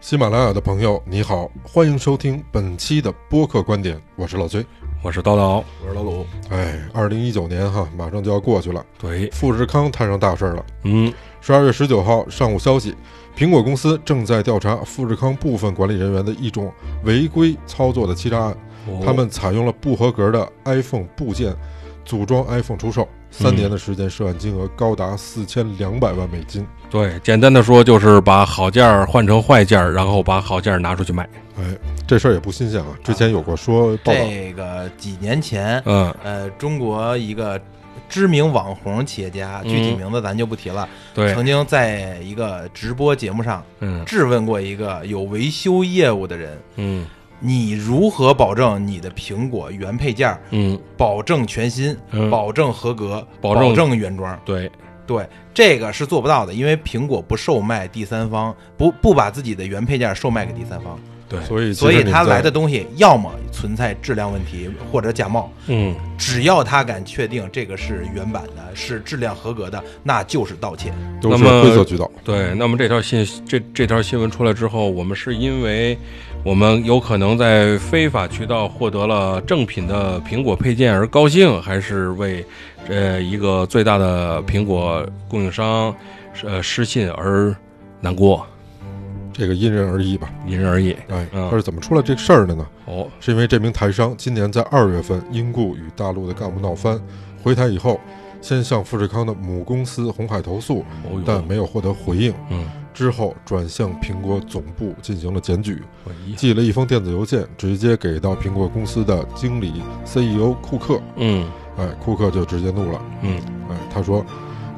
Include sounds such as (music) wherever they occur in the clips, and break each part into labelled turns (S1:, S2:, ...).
S1: 喜马拉雅的朋友，你好，欢迎收听本期的播客观点，我是老崔。
S2: 我是叨叨。
S3: 我是老鲁，
S1: 哎，二零一九年哈，马上就要过去了，
S2: 对，
S1: 富士康摊上大事儿了。
S2: 嗯，
S1: 十二月十九号上午消息，苹果公司正在调查富士康部分管理人员的一种违规操作的欺诈案，
S2: 哦
S1: 他们采用了不合格的 iPhone 部件组装 iPhone 出售，三
S2: 嗯
S1: 年的时间，涉案金额高达四千两百万美金。
S2: 对，简单的说就是把好件儿换成坏件儿，然后把好件儿拿出去卖。
S1: 哎，这事儿也不新鲜啊，之前有过说报道，
S3: 这个几年前，
S2: 嗯，
S3: 呃，中国一个知名网红企业家，具体
S2: 嗯
S3: 名字咱就不提了，
S2: 对，
S3: 曾经在一个直播节目上
S2: 嗯
S3: 质问过一个有维修业务的人：
S2: 嗯
S3: 你如何保证你的苹果原配件儿
S2: 嗯，
S3: 保证全新、
S2: 嗯
S3: 保证合格、
S2: 保
S3: 保
S2: 证
S3: 原装？
S2: 对，
S3: 对，这个是做不到的，因为苹果不售卖第三方，不不把自己的原配件售卖给第三方。
S2: 对，
S1: 所以嗯
S3: 所
S1: 其
S3: 以
S1: 实你
S3: 他
S1: 在
S3: 来的东西要么存在质量问题或者假冒，
S2: 嗯，
S3: 只要他敢确定这个是原版的，是质量合格的，那就是盗窃。
S1: 都
S2: 那
S1: 是
S2: 么
S1: 灰色渠道。
S2: 对。那么这条信这这条新闻出来之后，我们是因为我们有可能在非法渠道获得了正品的苹果配件而高兴，还是为呃一个最大的苹果供应商呃失信而难过？
S1: 这个因人而异吧。
S2: 因人而异。
S1: 哎，
S2: 嗯
S1: 他是怎么出来这事儿的呢？
S2: 哦，
S1: 是因为这名台商今年在二月份因故与大陆的干部闹翻，回台以后，先向富士康的母公司红海投诉，
S2: 哦
S1: 但
S2: 哟，
S1: 没有获得回应，
S2: 嗯，
S1: 之后转向苹果总部进行了检举，
S2: 我一
S1: 寄了一封电子邮件，直接给到苹果公司的经理 CEO 库克。
S2: 嗯
S1: 哎，库克就直接怒了，
S2: 嗯。
S1: 哎，他说。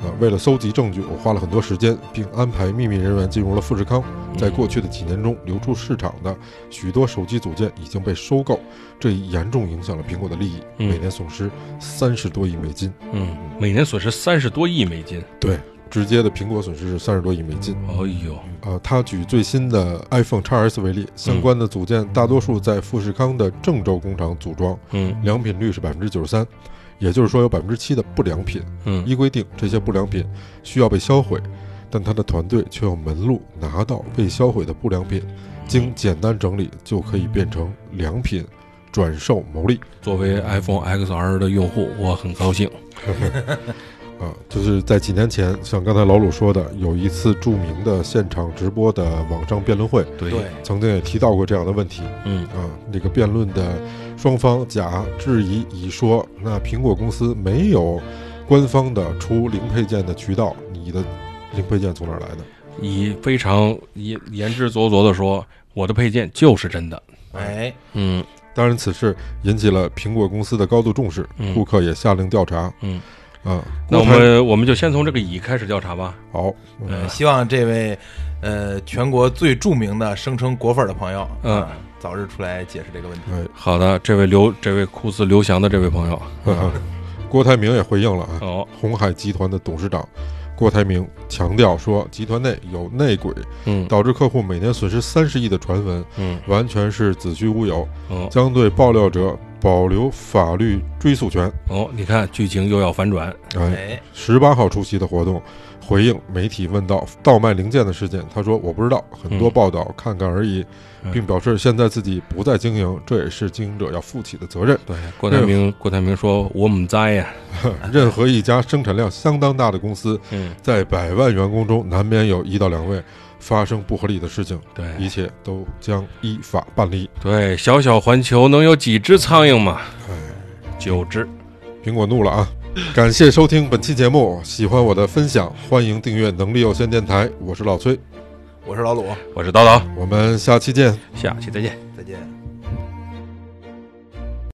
S1: 呃，为了搜集证据，我花了很多时间，并安排秘密人员进入了富士康。在过去的几年中，流出市场的许多手机组件已经被收购，这已严重影响了苹果的利益，
S2: 嗯
S1: 每年损失三十多亿美金。
S2: 嗯，每年损失三十多亿美金。
S1: 对，直接的苹果损失是三十多亿美金。
S2: 哎呦，
S1: 啊，他举最新的 iPhone XS 为例，相关的组件大多数在富士康的郑州工厂组装，
S2: 嗯
S1: 良品率是百分之九十三，也就是说有百分之七的不良品。
S2: 嗯，
S1: 依规定，这些不良品需要被销毁，但他的团队却用门路拿到被销毁的不良品，经简单整理就可以变成良品，转售牟利。
S2: 作为 iPhone XR 的用户，我很高兴。
S1: 啊，就是在几年前，像刚才老鲁说的，有一次著名的现场直播的网上辩论会，
S2: 对
S3: 对，
S1: 曾经也提到过这样的问题
S2: 嗯
S1: 啊。这个辩论的双方甲质疑乙说，那苹果公司没有官方的出零配件的渠道，你的零配件从哪儿来的？
S2: 你非常言言之凿凿的说，我的配件就是真的。
S3: 哎，
S2: 嗯
S1: 当然，此事引起了苹果公司的高度重视，
S2: 嗯
S1: 库克也下令调查。
S2: 嗯，
S1: 啊，
S2: 那
S1: 郭
S2: 我
S1: 台
S2: 们我们就先从这个乙开始调查吧。
S1: 好，嗯
S2: 嗯
S3: 希望这位呃全国最著名的声称果粉的朋友，
S2: 嗯
S3: 啊，早日出来解释这个问题。
S2: (laughs)
S1: 哎，
S2: 好的，这位刘，这位酷似刘翔的这位朋友，
S1: 哈哈啊郭台铭也回应了啊，
S2: 哦，
S1: 红海集团的董事长郭台铭强调说，集团内有内鬼，
S2: 嗯
S1: 导致客户每年损失三十亿的传闻，
S2: 嗯
S1: 完全是子虚乌有，
S2: 哦
S1: 将对爆料者保留法律追诉权。
S2: 哦，你看剧情又要反转。
S1: 哎，
S3: 哎，
S1: 十八号出席的活动，回应媒体问到盗卖零件的事件，他说：“我不知道，很多
S2: 嗯
S1: 报道看看而已，
S2: 嗯
S1: 并表示现在自己不再经营，这也是经营者要负起的责任。
S2: 对，郭台铭，郭台铭说我们栽呀。
S1: 任何一家生产量相当大的公司，
S2: 嗯，
S1: 在百万员工中难免有一到两位发生不合理的事情，
S2: 对
S1: 一切都将依法办理。
S2: 对，小小环球能有几只苍蝇嘛？九只。”
S1: 苹果怒了啊！ (laughs) 感谢收听本期节目，喜欢我的分享，欢迎订阅《能力有限电台》，我是老崔，
S3: 我是老鲁，
S2: 我是叨叨，
S1: 我们下期见。
S2: 下期再见。
S3: 再见。